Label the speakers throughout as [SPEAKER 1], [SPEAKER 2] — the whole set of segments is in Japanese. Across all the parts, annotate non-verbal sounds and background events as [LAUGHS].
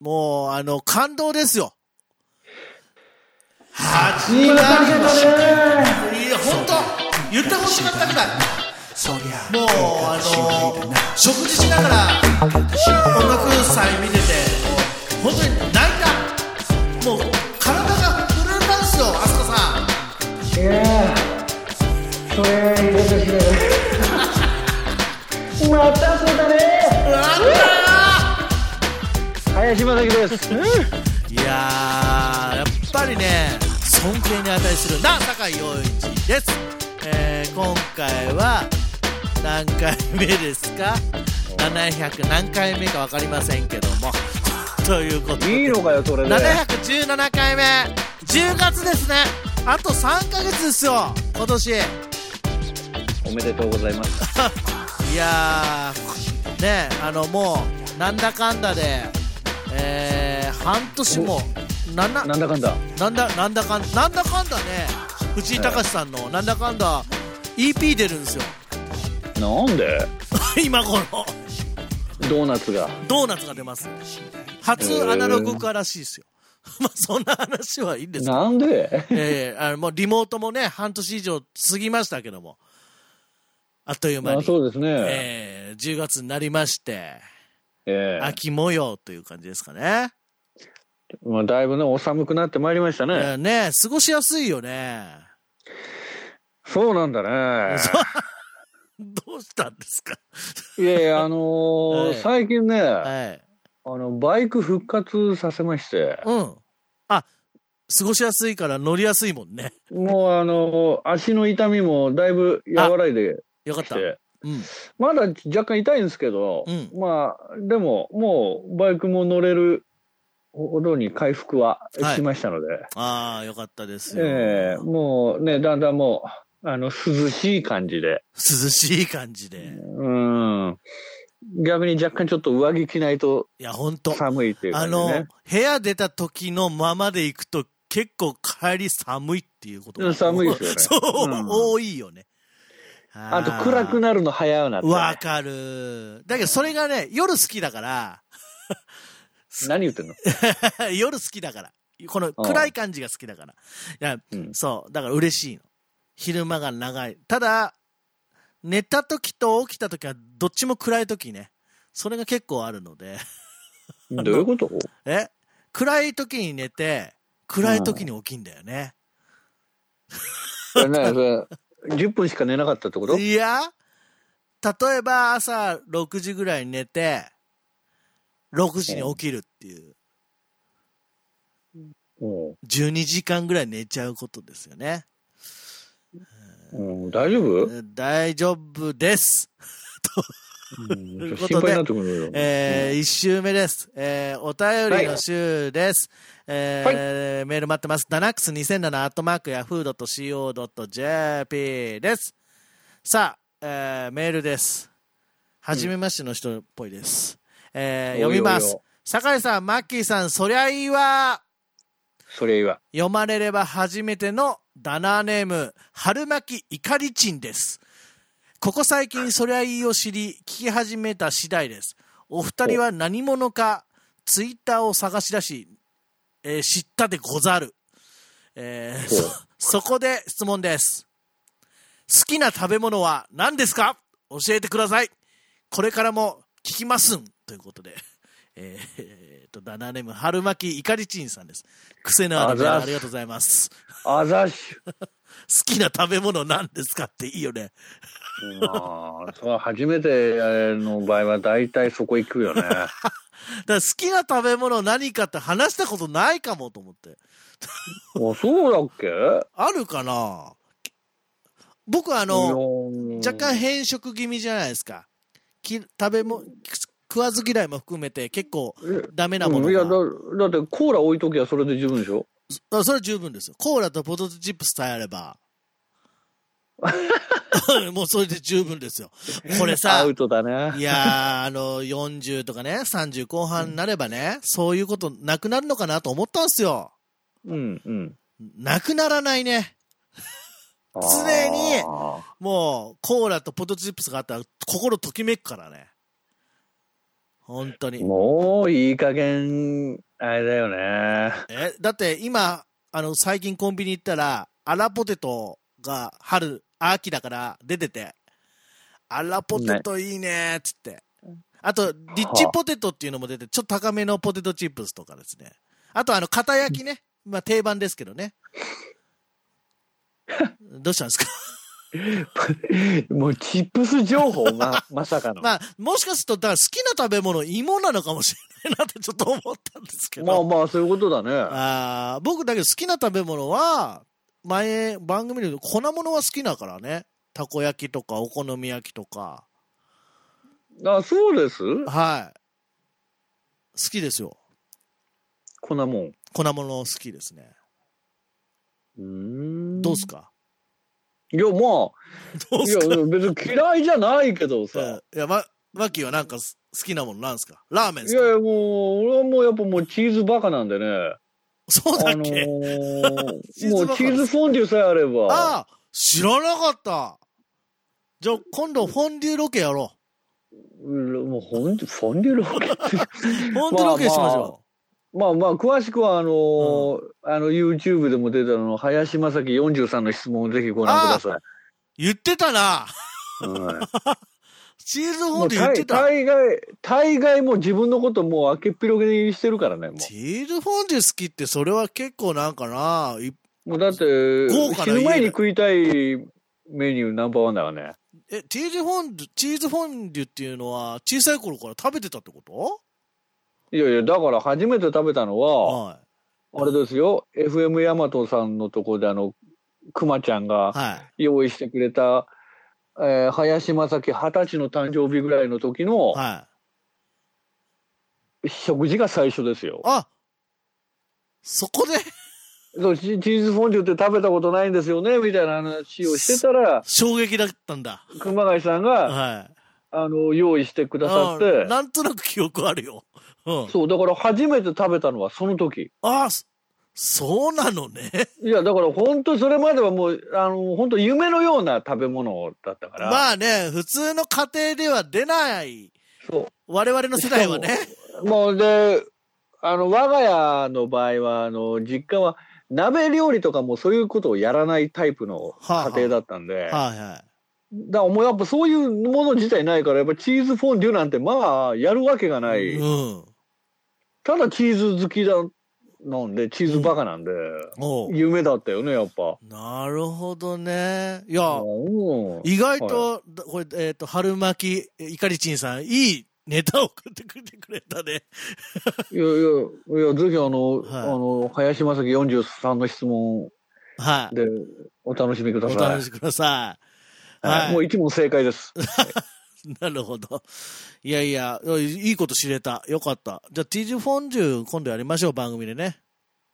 [SPEAKER 1] もう、あの、感動ですよ。
[SPEAKER 2] 新潟だね
[SPEAKER 1] いや、本当言ったことなかったぐらい。
[SPEAKER 3] そりゃ
[SPEAKER 1] もう、あの、食事しながら、音楽祭見てて、もう本当に泣いた。もう、体が震えたんですよ、あすこさん。
[SPEAKER 2] いやそれいいですねまたそうだね
[SPEAKER 1] うわっ
[SPEAKER 2] 林正樹です
[SPEAKER 1] たいやー、やっぱりね、尊敬に値するな、坂井陽一です。えー、今回は、何回目ですか ?700 何回目か分かりませんけども。ということで。
[SPEAKER 2] いいのかよそれで
[SPEAKER 1] 717回目10月ですねあと3ヶ月ですよ今年い
[SPEAKER 2] おめでとうございます
[SPEAKER 1] やーねあのもうなんだかんだでえー、半年もなな
[SPEAKER 2] なんだかんだ
[SPEAKER 1] なんだなんだかんなんだかんだね藤井隆さんのなんだかんだ EP 出るんですよ [LAUGHS]
[SPEAKER 2] なんで
[SPEAKER 1] 今この
[SPEAKER 2] ドーナツが
[SPEAKER 1] ドーナツが出ます初アナログ化らしいですよ [LAUGHS] まあそんな話はいいんですけど
[SPEAKER 2] なんで
[SPEAKER 1] ええあのもうリモートもね、半年以上過ぎましたけども、あっという間
[SPEAKER 2] まあ
[SPEAKER 1] に、
[SPEAKER 2] そうですね
[SPEAKER 1] ええ10月になりまして、
[SPEAKER 2] ええ
[SPEAKER 1] 秋模様という感じですかね。
[SPEAKER 2] まあだいぶねお寒くなってまいりました
[SPEAKER 1] え
[SPEAKER 2] ね
[SPEAKER 1] えね過ごしやすいよね。
[SPEAKER 2] そうなんだね
[SPEAKER 1] そ [LAUGHS] どうしたんですか
[SPEAKER 2] いやいやあのー
[SPEAKER 1] ええ
[SPEAKER 2] 最近ねあ
[SPEAKER 1] はい。
[SPEAKER 2] のバイク復活させまして
[SPEAKER 1] うん。あ、過ごしやすいから乗りやすいもんね。 [LAUGHS]
[SPEAKER 2] もうあの足の痛みもだいぶ和らいで
[SPEAKER 1] よかっ
[SPEAKER 2] き
[SPEAKER 1] た。
[SPEAKER 2] て
[SPEAKER 1] うん。
[SPEAKER 2] まだ若干痛いんですけど、
[SPEAKER 1] うん
[SPEAKER 2] まあでももうバイクも乗れるほどに回復は
[SPEAKER 1] はい
[SPEAKER 2] しましたので、
[SPEAKER 1] ああ、よかったですよ。
[SPEAKER 2] ええもうねだんだんもうあの涼しい感じで
[SPEAKER 1] 涼しい感じで。
[SPEAKER 2] うん逆に若干ちょっと上着着ないと
[SPEAKER 1] いや、ほんと。
[SPEAKER 2] 寒いっていう
[SPEAKER 1] あ
[SPEAKER 2] 感じ
[SPEAKER 1] の
[SPEAKER 2] ね、
[SPEAKER 1] 部屋出た時のままで行くと結構帰り寒いっていうことが
[SPEAKER 2] 寒いですよね
[SPEAKER 1] [LAUGHS] そう、
[SPEAKER 2] うん
[SPEAKER 1] 多いよね。
[SPEAKER 2] あ
[SPEAKER 1] あ
[SPEAKER 2] と暗く
[SPEAKER 1] な
[SPEAKER 2] なるの早うなってね、
[SPEAKER 1] わかる。だけどそれがね、夜好きだから、 [LAUGHS]
[SPEAKER 2] 何言ってんの、
[SPEAKER 1] 夜好きだから。この
[SPEAKER 2] うん
[SPEAKER 1] 暗い感じが好きだから。いや、
[SPEAKER 2] うん
[SPEAKER 1] そう、だから嬉しいの。昼間が長い。ただ、寝た時と起きた時はどっちも暗い時ね。それが結構あるので。 [LAUGHS]
[SPEAKER 2] どういうこと
[SPEAKER 1] え暗い時に寝て、暗い時に起きんだよね。
[SPEAKER 2] それねそれ10分しか寝なかったってこと
[SPEAKER 1] いや、例えば朝6時ぐらいに寝て、6時に起きるっていう、
[SPEAKER 2] うん
[SPEAKER 1] 12時間ぐらい寝ちゃうことですよね。
[SPEAKER 2] うん、大丈夫、
[SPEAKER 1] 大丈夫です。
[SPEAKER 2] うん
[SPEAKER 1] ということで
[SPEAKER 2] 心配になってくるよ。
[SPEAKER 1] え1週目です。えーお便りの週です。えーメール待ってます。ダナックス2007アットマークヤフー .co.jp です。さあ、えーメールです。はじめましての人っぽいです。えー
[SPEAKER 2] おいおいおい
[SPEAKER 1] 読みます。酒井さん、マッキーさん、そりゃいいわ。
[SPEAKER 2] それは。
[SPEAKER 1] 読まれれば初めてのダナーネーム、春巻いかりちんです。ここ最近、そりゃいいを知り、聞き始めた次第です。お二人は何者か、ツイッターを探し出し、えー知ったでござる。えーそ
[SPEAKER 2] ほう
[SPEAKER 1] そこで質問です。好きな食べ物は何ですか教えてください。これからも聞きますん。ということで。えーえーっと、ダナーネーム、春巻いかりちんさんです。癖のあるメール
[SPEAKER 2] あざっす
[SPEAKER 1] ありがとうございます。
[SPEAKER 2] あざし。
[SPEAKER 1] 好きな食べ物何ですかっていいよね。
[SPEAKER 2] まあ、それは初めての場合は大体そこ行くよ
[SPEAKER 1] [LAUGHS]
[SPEAKER 2] ね。
[SPEAKER 1] だから好きな食べ物何かって話したことないかもと思って。
[SPEAKER 2] あ、そうだっけ
[SPEAKER 1] あるかな僕あ
[SPEAKER 2] あ
[SPEAKER 1] の、若干、変色気味じゃないですか。き食べも、食わず嫌いも含めて結構ダメなもの
[SPEAKER 2] うんいや
[SPEAKER 1] が。
[SPEAKER 2] だ、だってコーラ置いときゃそれで十分でしょ
[SPEAKER 1] あそれは十分ですよ。コーラとポテトチップスさえあれ
[SPEAKER 2] [LAUGHS]
[SPEAKER 1] ば。もうそれで十分ですよ。これさ
[SPEAKER 2] ア、ウトだね。
[SPEAKER 1] いやー、あの、40とかね、30後半になればね、そういうことなくなるのかなと思ったんですよ。
[SPEAKER 2] うんうん。
[SPEAKER 1] なくならないね。常に
[SPEAKER 2] あ
[SPEAKER 1] もう、コーラとポテトチップスがあったら、心ときめくからね。本当に。
[SPEAKER 2] もういい加減、あれだよね。
[SPEAKER 1] え、だって今、あの、最近コンビニ行ったら、アラポテトが春、秋だから出てて、アラポテトいいねーっつって。あと、リッチポテトっていうのも出て、ちょっと高めのポテトチップスとかですね。あと、あの、片焼きね。まあ、定番ですけど [LAUGHS] ね。どうしたんですか
[SPEAKER 2] もうチップス情報が、まさかの。
[SPEAKER 1] まあ、もしかすると、だから好きな食べ物、芋なのかもしれないなってちょっと思ったんですけど。
[SPEAKER 2] まあまあ、そういうことだね。
[SPEAKER 1] あー僕だけど好きな食べ物は前番組で言うと粉物は好きだからねたこ焼きとかお好み焼きとか
[SPEAKER 2] あ、そうです
[SPEAKER 1] はい好きですよ
[SPEAKER 2] こんなもん。う
[SPEAKER 1] 粉物好きですね
[SPEAKER 2] ーん。
[SPEAKER 1] どうすか、
[SPEAKER 2] いや、ま
[SPEAKER 1] ど
[SPEAKER 2] あ、
[SPEAKER 1] う
[SPEAKER 2] い
[SPEAKER 1] す
[SPEAKER 2] や、
[SPEAKER 1] か
[SPEAKER 2] 別に嫌いじゃないけどさ。
[SPEAKER 1] うんいやまマッキーはなんかす好きなものなんですかラーメンっ
[SPEAKER 2] い
[SPEAKER 1] すか
[SPEAKER 2] やいや、もう、俺はもうやっぱもうチーズバカなんでね。
[SPEAKER 1] そうだ
[SPEAKER 2] あ
[SPEAKER 1] っ
[SPEAKER 2] の
[SPEAKER 1] け、
[SPEAKER 2] ー
[SPEAKER 1] [LAUGHS] チーズ
[SPEAKER 2] も
[SPEAKER 1] バカ
[SPEAKER 2] うチーズフォンデュさえあれば。
[SPEAKER 1] ああ知らなかったじゃあ今度フォンデュロケやろ
[SPEAKER 2] うんもうほんと、フォンデュロケっ
[SPEAKER 1] [LAUGHS]
[SPEAKER 2] て。
[SPEAKER 1] うフォンデュロケしましょ
[SPEAKER 2] まあまあ、詳しくは、あのーあの、YouTube でも出たの、林正樹43の質問をぜひご覧くださ。
[SPEAKER 1] う、言ってたない
[SPEAKER 2] うん
[SPEAKER 1] チーズフ
[SPEAKER 2] も
[SPEAKER 1] ォン
[SPEAKER 2] う
[SPEAKER 1] デュ言って
[SPEAKER 2] 大
[SPEAKER 1] た
[SPEAKER 2] 大概、大概もう自分のこともう明けっぴろげにしてるからね、も
[SPEAKER 1] チーズフォンデュ好きってそれは結構なんかない
[SPEAKER 2] もうだって、
[SPEAKER 1] 豪華な家で
[SPEAKER 2] 死ぬ前に食いたいメニューナンバーワンだからね。
[SPEAKER 1] えチーズフォンデュチーズフォンデュっていうのは小さい頃から食べてたってこと
[SPEAKER 2] いやいや、だから初めて食べたのは、
[SPEAKER 1] は
[SPEAKER 2] あれですよ、FM ヤマトさんのとこであの、くまちゃん
[SPEAKER 1] い
[SPEAKER 2] が
[SPEAKER 1] はい
[SPEAKER 2] 用意してくれた、えー林正樹二十歳の誕生日ぐらいの時の
[SPEAKER 1] はい
[SPEAKER 2] 食事が最初ですよ。
[SPEAKER 1] あそこで [LAUGHS]
[SPEAKER 2] そうチチーズフォンデュって食べたことないんですよね、みたいな話をしてたら、
[SPEAKER 1] 衝撃だったんだ
[SPEAKER 2] 熊谷さんが、
[SPEAKER 1] はい
[SPEAKER 2] あの、用意してくださっ
[SPEAKER 1] あ
[SPEAKER 2] て、
[SPEAKER 1] なんとなく記憶あるよ、うん、
[SPEAKER 2] そう、だから初めて食べたのはその時。
[SPEAKER 1] あそそうなのね
[SPEAKER 2] いや、だから本当それまではもう、あの、本当夢のような食べ物だったから。
[SPEAKER 1] まあね普通の家庭では出ない
[SPEAKER 2] そ
[SPEAKER 1] 我々の世代は
[SPEAKER 2] [LAUGHS]
[SPEAKER 1] ね
[SPEAKER 2] う。もうで、あの、我が家の場合は、あの、実家は鍋料理とかもそういうことをやらないタイプの家庭だったんで、
[SPEAKER 1] はいはい
[SPEAKER 2] だからもうやっぱそういうもの自体ないから、やっぱチーズフォンデュなんてまあ、やるわけがない。
[SPEAKER 1] うん
[SPEAKER 2] ただチーズ好きだ、なんで、チーズバカなんで、
[SPEAKER 1] おう
[SPEAKER 2] 夢だったよね、やっぱ。
[SPEAKER 1] なるほどねいや
[SPEAKER 2] うん
[SPEAKER 1] 意外と、だこれ、えっ、と、春巻き、えいかりちんさん、いいネタを送ってくれてくれたね。 [LAUGHS]
[SPEAKER 2] いやいや、いや、ぜひあの、
[SPEAKER 1] はい
[SPEAKER 2] あの、林正樹43の質問
[SPEAKER 1] はい。
[SPEAKER 2] でお楽しみくだ
[SPEAKER 1] お
[SPEAKER 2] さい。
[SPEAKER 1] 楽しみください。
[SPEAKER 2] はい、も
[SPEAKER 1] は
[SPEAKER 2] う一問正解です。
[SPEAKER 1] い。なるほど。いやいや、いやいいこと知れた。よかった。じゃあ、ティージフォンジュ、今度やりましょう、番組でね。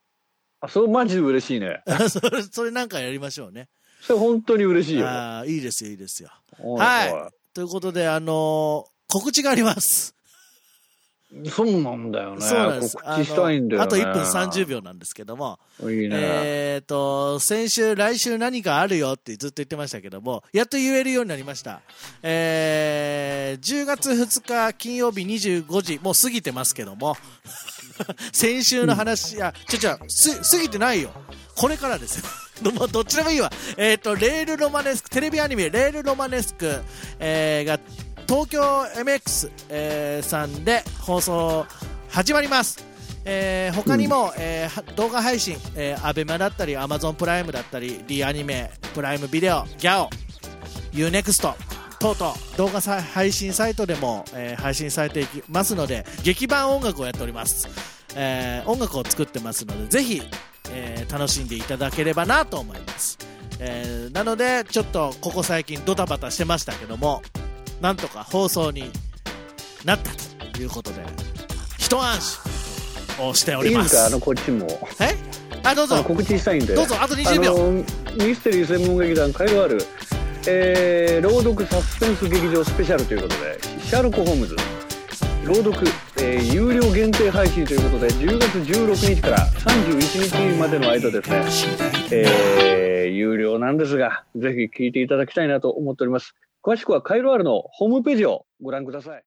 [SPEAKER 1] [LAUGHS]
[SPEAKER 2] あ、それマジで嬉しいね。
[SPEAKER 1] それ、それなんかやりましょうね。
[SPEAKER 2] それ本当に嬉しいよ。
[SPEAKER 1] ああ、いいですよ、いいですよ。
[SPEAKER 2] お
[SPEAKER 1] はということで、あのー告知があります。
[SPEAKER 2] い。そうなんだよね。
[SPEAKER 1] そうなんです。
[SPEAKER 2] 告知したいんだよ、
[SPEAKER 1] あ
[SPEAKER 2] ね。
[SPEAKER 1] のあと1分30秒なんですけども、
[SPEAKER 2] 秒。いいね。
[SPEAKER 1] えっ、と、先週、来週何かあるよってずっと言ってましたけども、やっと言えるようになりました。えー、10月2日金曜日25時、もう過ぎてますけども、 [LAUGHS] 先週の話、あ、ちょちょ、す、過ぎてないよ。これからですよ。 [LAUGHS] どもうどっちでもいいわ。えっ、と、レールロマネスク、テレビアニメ、レールロマネスク、えーが、東京 MX、えーさんで放送始まります。えー他にも、えーは動画配信、えー、アベマだったり、アマゾンプライムだったり、D アニメ、プライムビデオ、ギャオ、UNEXT 等々動画さ配信サイトでも、えー配信されていきますので劇版音楽をやっております、えー音楽を作ってますのでぜひ、えー楽しんでいただければなと思います、えーなのでちょっとここ最近ドタバタしてましたけどもなんとか放送になったということで一安心をしてお
[SPEAKER 2] い
[SPEAKER 1] り
[SPEAKER 2] いん
[SPEAKER 1] ま
[SPEAKER 2] ですすかあの、こっちも。
[SPEAKER 1] えあどう
[SPEAKER 2] あの
[SPEAKER 1] ぞ
[SPEAKER 2] 告知したいんで。
[SPEAKER 1] どうぞあと20秒
[SPEAKER 2] あのミステリー専門劇団カイワール、えー、朗読サスペンス劇場スペシャルということでシャーロック・ホームズ朗読、えー有料限定配信ということで10月16日から31日までの間ですね、えー有料なんですがぜひ聞いていただきたいなと思っております詳しくはカイロアールのホームページをご覧ください